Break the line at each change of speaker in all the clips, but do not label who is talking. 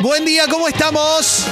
Buen día, ¿cómo estamos?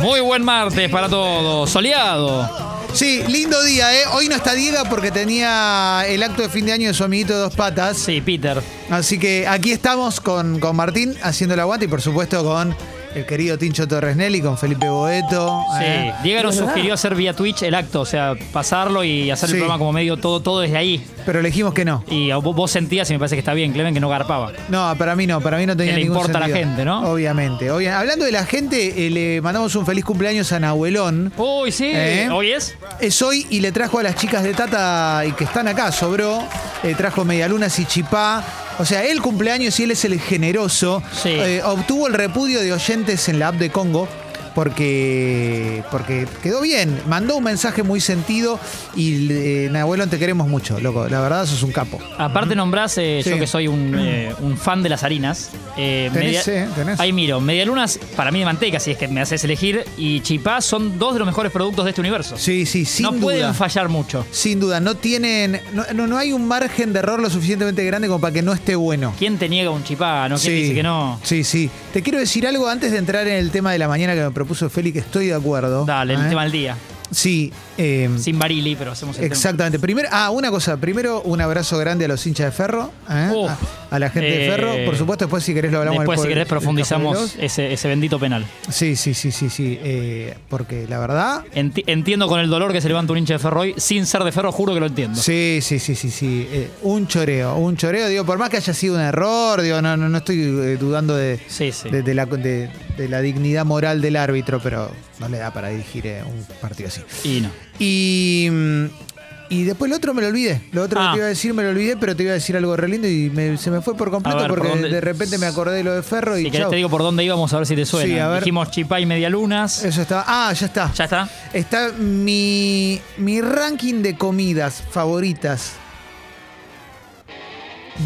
Muy buen martes para todos, soleado.
Sí, lindo día, ¿eh? Hoy no está Diego porque tenía el acto de fin de año de su amiguito de dos patas.
Sí, Peter.
Así que aquí estamos con, con Martín haciendo el aguante y por supuesto con el querido Tincho Torres Nelly, con Felipe Boeto.
Sí,
¿eh?
Diego nos
Es verdad.
sugirió hacer vía Twitch el acto, o sea, pasarlo y hacer
Sí.
el programa como medio todo, todo desde ahí.
Pero elegimos que no.
Y vos, vos sentías, y me parece que está bien, Clemen, que no garpaba.
No, para mí no, para mí no tenía
Que le
ningún
importa a la
sentido.
gente, ¿no?
Obviamente, obvia- Hablando de la gente, eh, le mandamos un feliz cumpleaños a Nahuelón.
Uy, sí,
¿Eh?
hoy es.
Es hoy y le trajo a las chicas de Tata y que están acá, sobró. Eh, trajo medialunas y chipá. O sea, el cumpleaños y él es el generoso.
Sí.
Eh, obtuvo el repudio de oyentes en la app de Congo. Porque, porque quedó bien, mandó un mensaje muy sentido y eh, Nahuelón te queremos mucho, loco. La verdad, sos un capo.
Aparte nombrás, eh,
Sí.
yo que soy un, eh, un fan de las harinas. eh,
Tenés,
media-
eh, tenés.
Ahí miro, medialunas para mí de manteca, si es que me haces elegir, y chipá son dos de los mejores productos de este universo.
Sí, sí, sin
no
duda.
pueden fallar mucho.
Sin duda, no tienen. No, no- no hay un margen de error lo suficientemente grande como para que no esté bueno.
¿Quién te niega un chipá? ¿No? ¿Quién dice que no?
Sí, sí. Te quiero decir algo antes de entrar en el tema de la mañana que me propuso Félix, que estoy de acuerdo.
Dale, el
¿Eh?
tema del día.
Sí. eh,
Sin barili, pero hacemos el tema.
Exactamente. Primero, ah, una cosa. Primero, un abrazo grande a los hinchas de Ferro, ¿eh?
Uf.
a, a la gente de
Oh, Eh,
Ferro. Por supuesto, después si querés lo hablamos. del
Después, si
pueblo-
querés,
del
profundizamos
Café de
ese, ese bendito penal.
los. Sí, sí, sí, sí, sí. eh, porque la verdad,
Enti- entiendo con el dolor que se levanta un hincha de Ferro hoy, sin ser de Ferro, juro que lo entiendo.
Sí, sí, sí, sí, sí. Eh, un choreo, un choreo, digo, por más que haya sido un error, digo, no, no, no estoy eh, dudando de,
Sí, sí.
de- de la, de- de la dignidad moral del árbitro, pero no le da para dirigir eh, un partido así.
Y no.
Y, mm, y después lo otro me lo olvidé. Lo otro
Ah.
que te iba a decir me lo olvidé, pero te iba a decir algo re lindo y me- se me fue por completo
ver, ¿por
porque
dónde?
de repente me acordé de lo de Ferro y
Si querés,
chau.
te digo por dónde íbamos a ver si te suena.
Sí, a ver.
Dijimos chipá y medialunas.
Eso estaba. Ah, ya está.
¿Ya está?
Está mi, mi ranking de comidas favoritas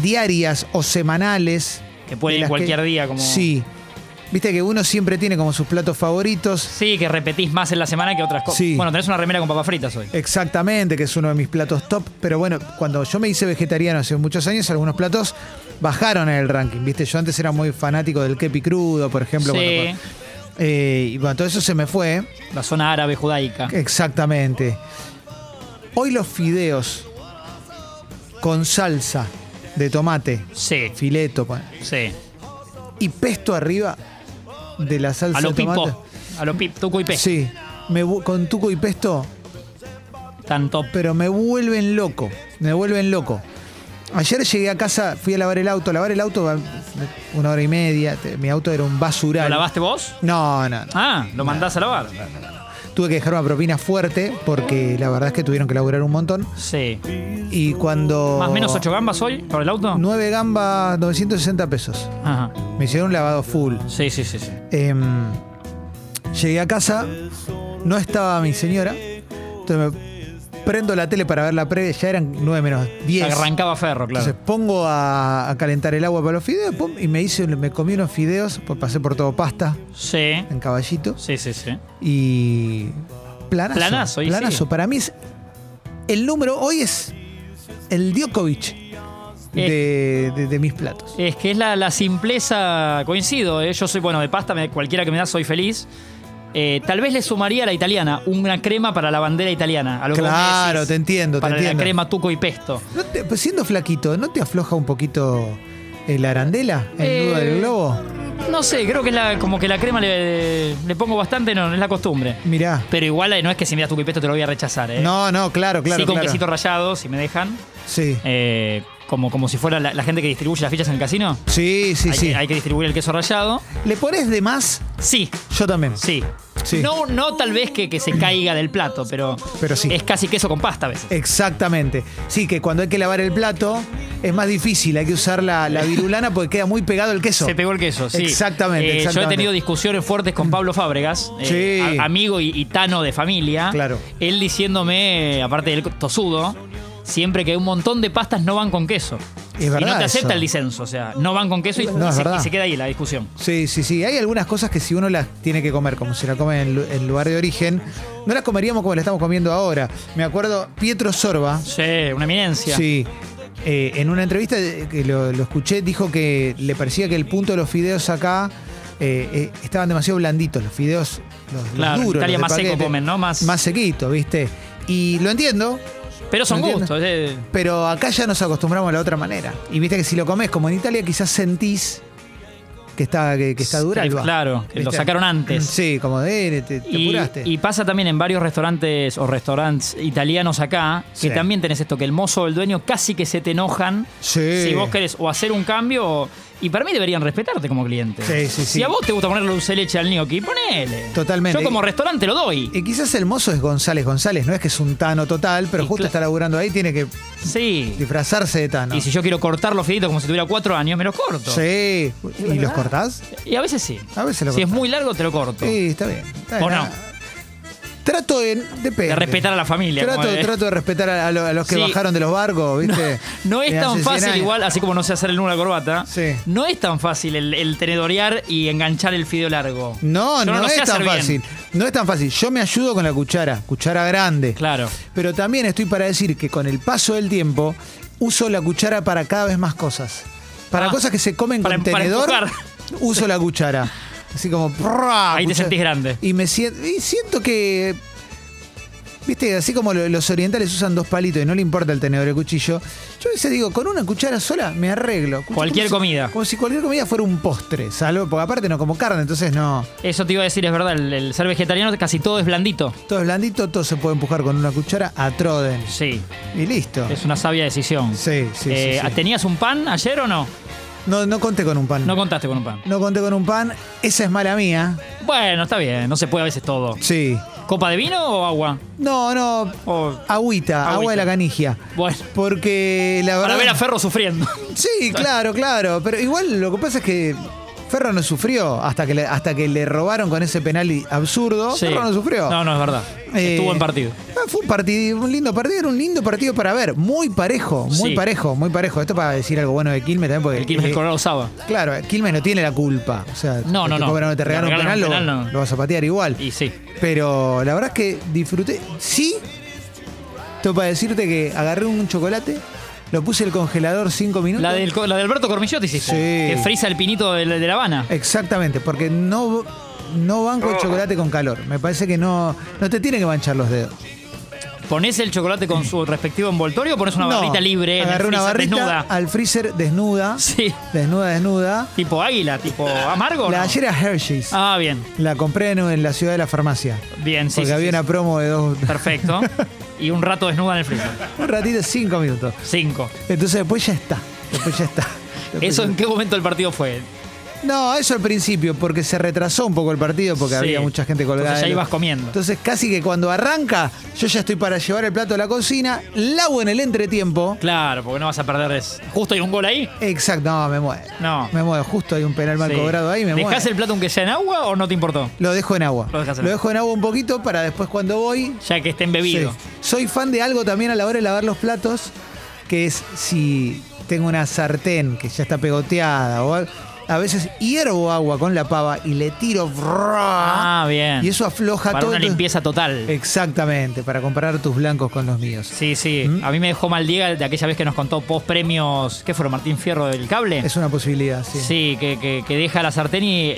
diarias o semanales.
Que puede
de
ir
las
cualquier día, como-
Sí. Viste que uno siempre tiene como sus platos favoritos.
Sí, que repetís más en la semana que otras cosas.
Sí.
Bueno, tenés una remera con papas fritas hoy.
Exactamente, que es uno de mis platos top. Pero bueno, cuando yo me hice vegetariano hace muchos años, algunos platos bajaron en el ranking. Viste, yo antes era muy fanático del kepi crudo, por ejemplo.
Sí.
cuando- eh, y bueno, todo eso se me fue.
La zona árabe judaica.
Exactamente. Hoy los fideos con salsa de tomate,
Sí,
fileto pon-
sí.
y pesto arriba de la salsa
A lo
de tomate.
pipo. A lo pip, tuco y pe.
Sí, me vu- con tuco y pesto,
Tanto.
pero me vuelven loco, me vuelven loco. Ayer llegué a casa, fui a lavar el auto, lavar el auto va- una hora y media, te- mi auto era un
¿Lo
basural.
lavaste vos?
No, no, no.
Ah, lo mandás a lavar.
Tuve que dejar una propina fuerte porque la verdad es que tuvieron que laburar un montón.
Sí.
Y cuando.
¿Más o menos 8 gambas hoy por el auto?
9 gambas, 960 pesos.
Ajá.
Me hicieron un lavado full.
Sí, sí, sí, sí.
Em, llegué a casa, no estaba mi señora. Entonces me prendo la tele para ver la previa, ya eran 9 menos 10.
Arrancaba ferro, claro.
Entonces pongo a, a calentar el agua para los fideos pum, y me hice, me comí unos fideos, pues pasé por todo pasta
Sí.
en caballito
Sí, sí, sí.
y planazo.
Planazo, y sí.
Para mí es el número hoy es el Djokovic
Eh.
de- de- de mis platos.
Es que es la, la simpleza, coincido, ¿eh? yo soy bueno de pasta, me- cualquiera que me da soy feliz. Eh, tal vez le sumaría a la italiana una crema para la bandera italiana. A lo que vos me
Claro,
decís,
te entiendo, te
Para
entiendo.
la crema tuco y pesto.
¿No te- pues siendo flaquito, ¿no te afloja un poquito eh, la arandela? El
Eh,
nudo del globo.
No sé, creo que es la, como que la crema le, le pongo bastante, no, no es la costumbre.
Mirá.
Pero igual eh, no es que si me das tuco y pesto te lo voy a rechazar. ¿eh?
No, no, claro, claro.
sí, con
claro.
quesito rallado, si me dejan.
Sí.
Eh, como, como si fuera la, la gente que distribuye las fichas en el casino.
Sí, sí,
hay,
sí.
Que, hay que distribuir el queso rallado.
¿Le pones de más?
Sí,
Yo también.
Sí.
Sí.
No, no tal vez que, que se caiga del plato, pero,
Pero sí.
es casi queso con pasta a veces.
Exactamente. Sí, que cuando hay que lavar el plato es más difícil, hay que usar la, la virulana porque queda muy pegado el queso.
Se pegó el queso, sí.
Exactamente,
Eh, Yo he
exactamente.
tenido discusiones fuertes con Pablo Fábregas, eh,
Sí.
a- amigo y, y tano de familia.
Claro.
Él diciéndome, aparte del tosudo, siempre que un montón de pastas no van con queso.
Es verdad
y no te
eso.
acepta el disenso, o sea, no van con queso y,
No,
y
es
se,
verdad.
y se queda ahí la discusión.
Sí, sí, sí. Hay algunas cosas que si uno las tiene que comer, como se la come en el lu- en lugar de origen, no las comeríamos como las estamos comiendo ahora. Me acuerdo, Pietro Sorba,
Sí, una eminencia.
Sí. Eh, en una entrevista eh, que lo, lo escuché, dijo que le parecía que el punto de los fideos acá eh, eh, estaban demasiado blanditos los fideos, los, los
Claro, en
duros.
Italia
los de
más seco
paquete.
comen, ¿no? Más,
Más sequito, ¿viste? Y lo entiendo,
pero son
¿me entiendes?
gustos. eh.
pero acá ya nos acostumbramos a la otra manera. Y viste que si lo comes como en Italia, quizás sentís que está, que, que está dura.
Sí,
el va.
Claro, que lo
¿Viste?
sacaron antes.
Sí, como de, eh, te, te
Y,
apuraste.
y pasa también en varios restaurantes o restaurantes italianos acá, que
Sí.
también tenés esto, que el mozo o el dueño casi que se te enojan
Sí.
si vos querés o hacer un cambio. o- y para mí deberían respetarte como cliente.
Sí, sí, sí.
Si a vos te gusta ponerle dulce de leche al gnocchi, ponele.
Totalmente.
Yo como restaurante lo doy.
Y quizás el mozo es González González, no es que es un Tano total, pero
Y
justo
cla-
está laburando ahí, tiene que
sí.
disfrazarse de Tano.
Y si yo quiero cortar los fideitos como si tuviera cuatro años, me los corto.
Sí. ¿Y los cortás?
Y a veces sí.
A veces lo
si es
cortás.
muy largo, te lo corto.
Sí, está bien. está bien,
¿O no?
ah. Trato de. Depende.
De respetar a la familia,
Trato,
como de-
trato de respetar a, a lo- a los que
Sí.
bajaron de los barcos, ¿viste?
No es
De hace
tan
100
fácil,
años.
igual, así como no sé hacer el nudo a la corbata,
Sí.
no es tan fácil el, el tenedorear y enganchar el fideo largo.
No,
Yo
no,
lo sé
es tan
hacer bien.
fácil. No es tan fácil. Yo me ayudo con la cuchara, cuchara grande.
Claro.
Pero también estoy para decir que con el paso del tiempo uso la cuchara para cada vez más cosas. Para
Ah,
cosas que se comen
para-
con
para
tenedor,
empujar.
uso la cuchara. Así como. prrra,
Ahí te
cuchara.
sentís grande.
Y me siento, y siento que. Viste, así como lo- los orientales usan dos palitos y no le importa el tenedor y el cuchillo, yo a veces digo, con una cuchara sola me arreglo. Como
Cualquier
si-
comida.
Como si cualquier comida fuera un postre, salvo, porque aparte no como carne, entonces no.
Eso te iba a decir, es verdad, el, el ser vegetariano casi todo es blandito.
Todo es blandito, todo se puede empujar con una cuchara a troden.
Sí,
Y listo.
Ah. es una sabia decisión.
Sí, sí,
Eh,
sí, sí.
¿Tenías un pan ayer o no?
No, no conté con un pan.
No contaste con un pan.
No conté con un pan. Esa es mala mía.
Bueno, está bien, no se puede a veces todo.
Sí.
¿Copa de vino o agua?
No, no.
O-
Agüita, agua
Agüita.
de la canigia.
bueno,
Porque la verdad.
para ver a Ferro sufriendo.
Sí, claro, claro. Pero igual lo que pasa es que Ferro no sufrió hasta que le, hasta que le robaron con ese penal y- absurdo.
Sí.
Ferro no sufrió.
No, no, es verdad.
Eh,
Estuvo en partido.
ah, Fue un partido, un lindo partido, era un lindo partido para ver. Muy parejo, muy
Sí.
parejo, muy parejo. Esto para decir algo bueno de Quilmes también porque.
El Quilmes
eh,
del Colorado Saba.
Claro, Quilmes no tiene la culpa. O sea,
No,
te
no, no.
cobran o te
Te
regalan un penal,
regalan un
lo,
penal, no.
lo vas a patear igual.
Y sí.
Pero la verdad es que disfruté. Sí, esto para decirte que agarré un chocolate, lo puse en el congelador cinco minutos.
La, del, co- la de Alberto Cormillot hiciste.
Sí. Eh.
Que frisa el pinito de, de La Habana.
Exactamente, porque no, no banco el chocolate con calor. Me parece que no, no te tiene que manchar los dedos.
¿Ponés el chocolate con su respectivo envoltorio o ponés una
No,
barrita libre? en el
Agarré una
freezer
barrita
desnuda?
al freezer desnuda.
Sí.
Desnuda, desnuda.
Tipo águila, tipo amargo. o
La
no?
de ayer era Hershey's.
Ah, bien.
La compré en, en la ciudad de la farmacia.
Bien, sí.
Porque
sí,
había
sí,
una promo de dos.
sí. Perfecto. Y un rato desnuda en el freezer.
Un ratito, cinco minutos.
Cinco.
Entonces después ya está. Después ya está. Después
¿Eso
ya-
en qué momento del partido fue?
No, eso al principio, porque se retrasó un poco el partido, porque
Sí.
había mucha gente colgada.
Entonces ya
de lo-
ibas comiendo.
Entonces casi que cuando arranca, yo ya estoy para llevar el plato a la cocina, lavo en el entretiempo.
Claro, porque no vas a perder. Es... Justo hay un gol ahí.
Exacto, no, me muero.
No.
Me muero, justo hay un penal mal
Sí.
cobrado ahí, me muero.
¿Dejás el plato aunque sea en agua o no te importó?
Lo dejo en agua.
Lo dejás en agua.
dejo en agua un poquito para después cuando voy.
Ya que esté embebido.
Sí. Soy fan de algo también a la hora de lavar los platos, que es si tengo una sartén que ya está pegoteada o al- a veces hiervo agua con la pava y le tiro.
Ah, bien.
Y eso afloja
Para
todo.
una
entonces-
limpieza total.
Exactamente, para comparar tus blancos con los míos.
Sí, sí.
¿Mm?
A mí me dejó mal día de aquella vez que nos contó post premios. ¿Qué fueron? Martín Fierro del cable.
Es una posibilidad, sí.
sí, que, que- que deja la sartén y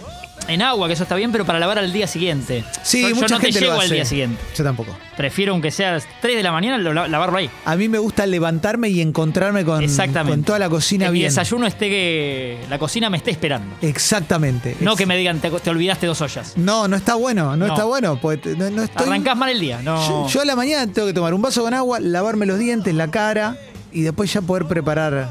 en agua, que eso está bien, pero para lavar al día siguiente.
Sí,
yo, yo
mucha
no
gente
te
lo
llego al
hace.
día siguiente.
Yo tampoco.
Prefiero, aunque sea a las 3 de la mañana, lo- lavarlo ahí.
A mí me gusta levantarme y encontrarme con,
Exactamente.
con toda la cocina
que mi
bien.
desayuno esté que la cocina me esté esperando.
Exactamente.
No
Ex-
que me digan, te, te olvidaste dos ollas.
No, no está bueno, no,
No.
está bueno. porque te- no, no estoy...
Arrancás mal el día. No.
Yo, yo a la mañana tengo que tomar un vaso con agua, lavarme los dientes, la cara y después ya poder preparar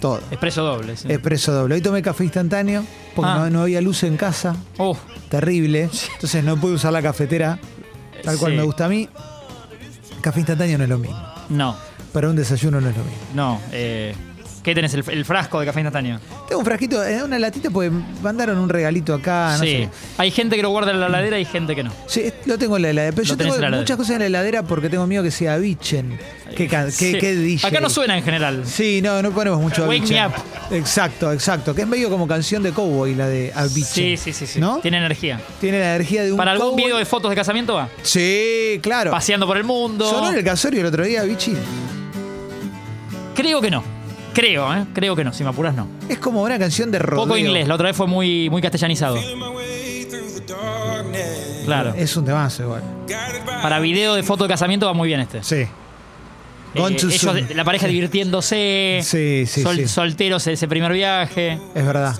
todo.
Expreso doble. sí.
Expreso doble. Hoy tomé café instantáneo porque
Ah.
no, no había luz en casa,
Uf,
terrible. Entonces no pude usar la cafetera tal cual
sí.
me gusta a mí. Café instantáneo no es lo mismo.
No,
Para un desayuno no es lo mismo.
no. eh, ¿Qué tenés? El, el frasco de café instantáneo.
Tengo un frasquito, eh, una latita porque mandaron un regalito acá, Ah, no
sí.
sé.
Hay gente que lo guarda en la heladera y gente que no.
Sí, es- lo tengo en la heladera. Pero
Lo
yo
tenés
tengo
en la heladera.
muchas cosas en la heladera porque tengo miedo que se abichen. Que, can- que,
Sí.
que DJ.
Acá no suena en general.
Sí, no, no ponemos mucho
Wake
Avicen.
me up.
Exacto, exacto. Que es medio como canción de cowboy la de Avicen.
Sí, sí, sí, sí.
¿No? Tiene,
Tiene energía.
la energía de un
Para algún
cowboy.
video de fotos de casamiento va.
Sí, claro.
Paseando por el mundo.
Sonó en el casorio el otro día, Avicii.
Creo que no. Creo, ¿eh? Creo que no, si me apuras no.
Es como una canción de rodeo.
Poco inglés, la otra vez fue muy, muy castellanizado. Claro.
Es un temazo igual.
Para video de foto de casamiento va muy bien este.
Sí.
Eh,
Gone too
ellos-
soon.
la pareja divirtiéndose,
Sí, sí,
sol-
sí.
solteros ese primer viaje,
Es verdad.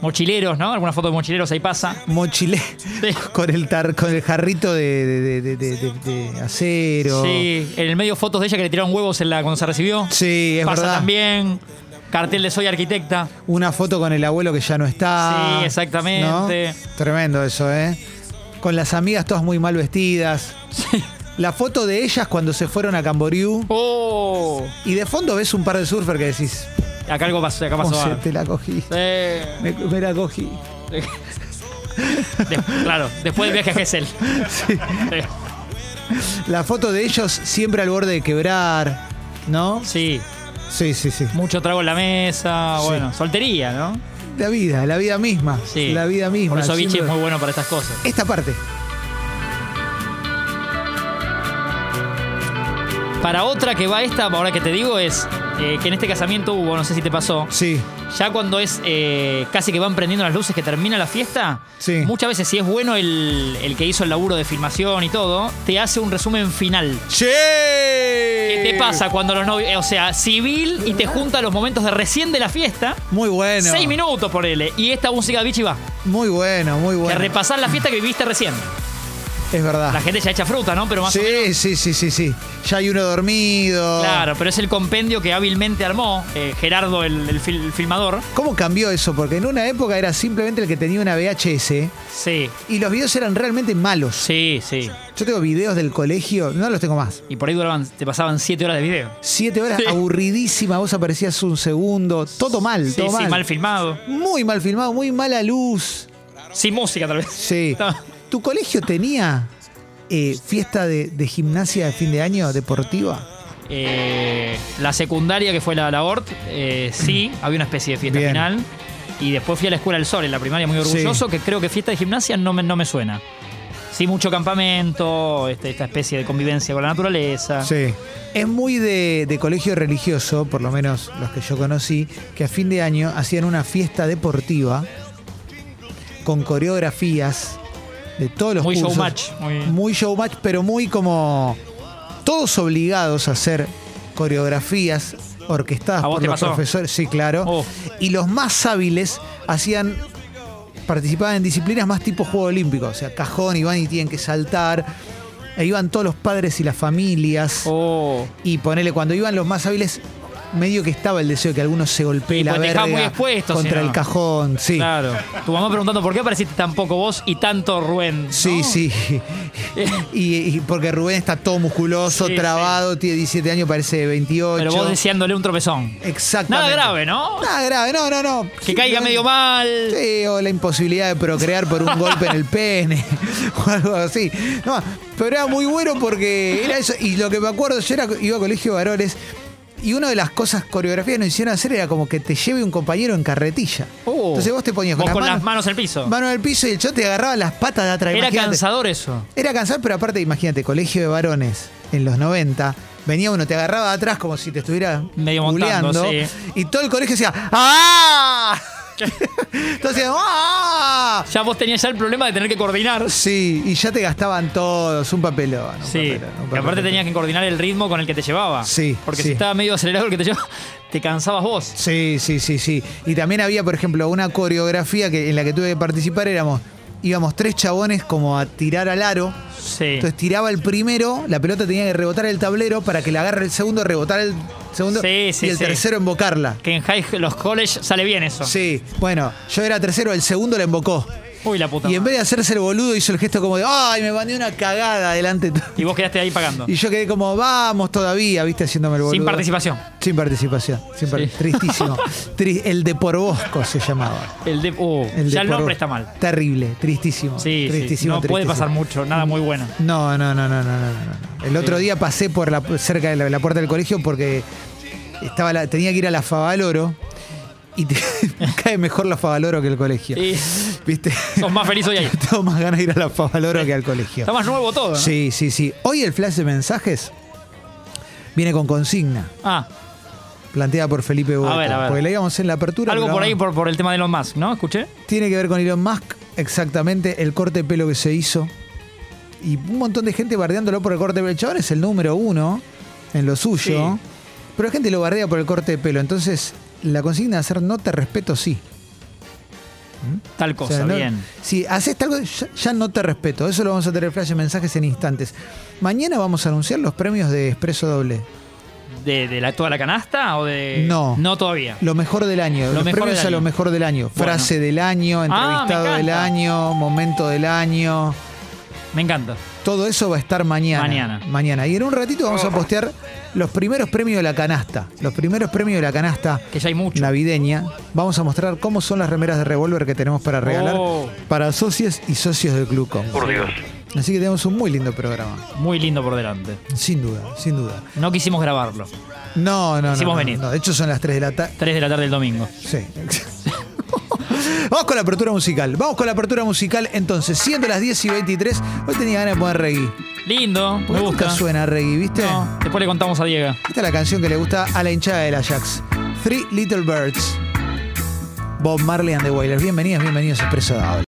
mochileros, ¿no? Alguna foto de mochileros ahí pasa.
Mochile
Sí.
con el tar- con el jarrito de, de- de- de- de- de acero.
Sí, en el medio fotos de ella que le tiraron huevos en la, cuando se recibió.
Sí, es
pasa
verdad.
también. Cartel de Soy Arquitecta.
Una foto con el abuelo que ya no está.
Sí, exactamente.
¿no? Tremendo eso, ¿eh? Con las amigas todas muy mal vestidas. La foto de ellas cuando se fueron a Camboriú.
¡Oh!
Y de fondo ves un par de surfer que decís,
Acá algo pasó. Acá
¿cómo
pasó
se
algo.
te la cogí?
Eh,
Me, me la cogí.
de- claro, después del viaje a Gessel.
Sí.
Eh,
La foto de ellos siempre al borde de quebrar, ¿no?
Sí,
Sí, sí, sí.
mucho trago en la mesa.
Sí.
Bueno, soltería, ¿no?
La vida, la vida misma.
Sí.
La vida misma.
Por eso Vichy es
siempre-
muy bueno para estas cosas.
Esta parte.
Para otra que va esta, ahora que te digo, es eh, que en este casamiento hubo, no sé si te pasó,
Sí.
ya cuando es eh, casi que van prendiendo las luces, que termina la fiesta,
Sí.
muchas veces si es bueno el, el que hizo el laburo de filmación y todo, te hace un resumen final.
¡Che!
¿Qué
¿Qué
te pasa cuando los novios, eh, o sea, civil y te junta los momentos de recién de la fiesta?
Muy bueno.
Seis minutos por él. Y esta música de Vichy va.
Muy bueno, muy
Que
bueno.
repasar la fiesta que viviste recién.
Es verdad.
La gente ya echa fruta, ¿no? Pero más o menos-
Sí, sí, sí, sí, sí. Ya hay uno dormido.
Claro, pero es el compendio que hábilmente armó eh, Gerardo, el, el fil- el filmador.
¿Cómo cambió eso? Porque en una época era simplemente el que tenía una VHS
Sí,
y los videos eran realmente malos.
sí, sí.
Yo tengo videos del colegio, no los tengo más.
Y por ahí duraban, te pasaban siete horas de video.
Siete horas
Sí.
aburridísima, vos aparecías un segundo, todo mal,
Sí,
todo
sí,
mal.
mal filmado.
Muy mal filmado, muy mala luz.
Sin música, tal vez.
Sí.
No.
¿Tu colegio tenía eh, fiesta de, de gimnasia de fin de año deportiva?
Eh, la secundaria, que fue la, la ORT, eh, sí, había una especie de fiesta
Bien.
final. Y después fui a la Escuela del Sol, en la primaria, muy orgulloso, que creo que fiesta de gimnasia no me, no me suena. Sí, mucho campamento, este- esta especie de convivencia con la naturaleza.
Sí. Es muy de, de colegio religioso, por lo menos los que yo conocí, que a fin de año hacían una fiesta deportiva con coreografías de todos los
Muy
cursos.
showmatch, muy-
Muy showmatch, pero muy como todos obligados a hacer coreografías orquestadas
¿A vos
por
te
los
pasó?
profesores. Sí, claro.
Oh.
Y los más hábiles hacían participaban en disciplinas más tipo Juego Olímpico, o sea, cajón, iban y tienen que saltar. E iban todos los padres y las familias.
Oh.
Y ponele, cuando iban los más hábiles, medio que estaba el deseo de que alguno se golpee
Y
la
pues te dejaba
verga
muy expuesto,
contra
si no.
el cajón. Sí,
Claro. Tu mamá preguntando por qué apareciste tan poco vos y tanto Rubén. ¿no?
sí, sí. Y, y porque Rubén está todo musculoso,
Sí,
trabado, tiene 17 años, parece de 28.
Pero vos deseándole un tropezón.
Exactamente.
Nada grave, ¿no?
Nada grave, no, no, no.
Que caiga medio mal.
Sí, o la imposibilidad de procrear por un golpe en el pene o algo así. No, pero era muy bueno porque era eso. Y lo que me acuerdo, yo era, iba a colegio de varones y una de las cosas coreografías que nos hicieron hacer era como que te lleve un compañero en carretilla.
Oh.
Entonces vos te ponías con,
Vos
las,
con
manos,
las manos en el piso.
mano en el piso y el chon te agarraba las patas de atrás.
Era
imagínate.
cansador eso.
Era cansado, pero aparte, imagínate, colegio de varones en los 90. Venía uno, te agarraba de atrás como si te estuviera
Medio montando,
buleando,
sí.
Y todo el colegio decía, ¡ah! Entonces, ¡ah!
Ya vos tenías ya el problema de tener que coordinar.
Sí, y ya te gastaban todos, un papelón. un
Sí,
papelón, un
que aparte
papelón.
tenías que coordinar el ritmo con el que te llevaba.
Sí,
Porque
sí.
si estaba medio acelerado el que te llevaba, te cansabas vos.
Sí, sí, sí, sí. Y también había, por ejemplo, una coreografía que, en la que tuve que participar, éramos, íbamos tres chabones como a tirar al aro.
Sí.
Entonces tiraba el primero, la pelota tenía que rebotar el tablero para que la agarre el segundo, rebotar el segundo
Sí, sí,
y el
sí.
tercero embocarla.
que en high, los college sale bien eso.
Sí, bueno, yo era tercero, el segundo la embocó.
Uy, la puta.
Y en
madre.
vez de hacerse el boludo hizo el gesto como de, ay, me mandé una cagada adelante.
Y vos quedaste ahí pagando.
Y yo quedé como, vamos todavía, viste, haciéndome el boludo.
Sin participación.
Sin participación. Sin par-
Sí.
Tristísimo. Tri- el de por Bosco se llamaba.
El de, uh,
El de
ya el
por
nombre
Bosco.
está mal.
Terrible, tristísimo.
Sí,
tristísimo,
sí. No puede
tristísimo.
pasar mucho, nada muy bueno.
No, no, no, no, no, no, no. El otro día pasé por la cerca de la, la puerta del colegio porque estaba la- tenía que ir a la Favaloro y te- cae mejor la Favaloro que el colegio.
Y
¿Viste?
sos más feliz hoy ahí.
Tengo más ganas de ir a la Favaloro que al colegio.
Está más nuevo todo, ¿no?
Sí, sí, sí. Hoy el flash de mensajes viene con consigna.
Ah,
planteada por Felipe Boca.
ver, a ver.
Porque la íbamos en la apertura.
Algo
pero
por
vamos-
ahí por, por el tema de Elon Musk, ¿no? ¿Escuché?
Tiene que ver con Elon Musk, exactamente, el corte de pelo que se hizo. Y un montón de gente bardeándolo por el corte de pelo. El chabón es el número uno en lo suyo.
Sí.
Pero la gente lo bardea por el corte de pelo. Entonces, la consigna de hacer no te respeto, sí.
Tal
O
cosa,
sea, no-
bien.
Si haces algo, ya, ya no te respeto. Eso lo vamos a tener flash de mensajes en instantes. Mañana vamos a anunciar los premios de Expreso Doble.
¿De, de la, toda la canasta o de.?
No.
No todavía.
Lo mejor del año.
Lo
los
mejor
premios
del
a lo
año.
mejor del año.
Bueno. Ah,
Frase del año,
me
entrevistado del
encanta.
año, momento del año.
Me encanta.
Todo eso va a estar mañana.
Mañana.
Mañana. Y en un ratito
Oh.
vamos a postear los primeros premios de la canasta. Los primeros premios de la canasta
Que ya hay mucho.
navideña. Vamos a mostrar cómo son las remeras de revólver que tenemos para regalar
Oh.
para socios y socios del Club Com.
Por Dios.
Así que tenemos un muy lindo programa.
Muy lindo por delante.
Sin duda, sin duda.
No quisimos grabarlo.
No, no, no.
Hicimos
no,
venir.
no. De hecho son las 3 de la tarde.
3 de la tarde del domingo.
Sí. Vamos con la apertura musical. Vamos con la apertura musical. Entonces, siendo las 10 y 23, hoy tenía ganas de poner reggae.
Lindo,
Porque
me
nunca
gusta.
suena reggae, ¿viste?
No, después le contamos a Diego.
Esta es la canción que le gusta a la hinchada del Ajax. Three Little Birds. Bob Marley and the Wailers. Bienvenidos, bienvenidos a Expreso Doble.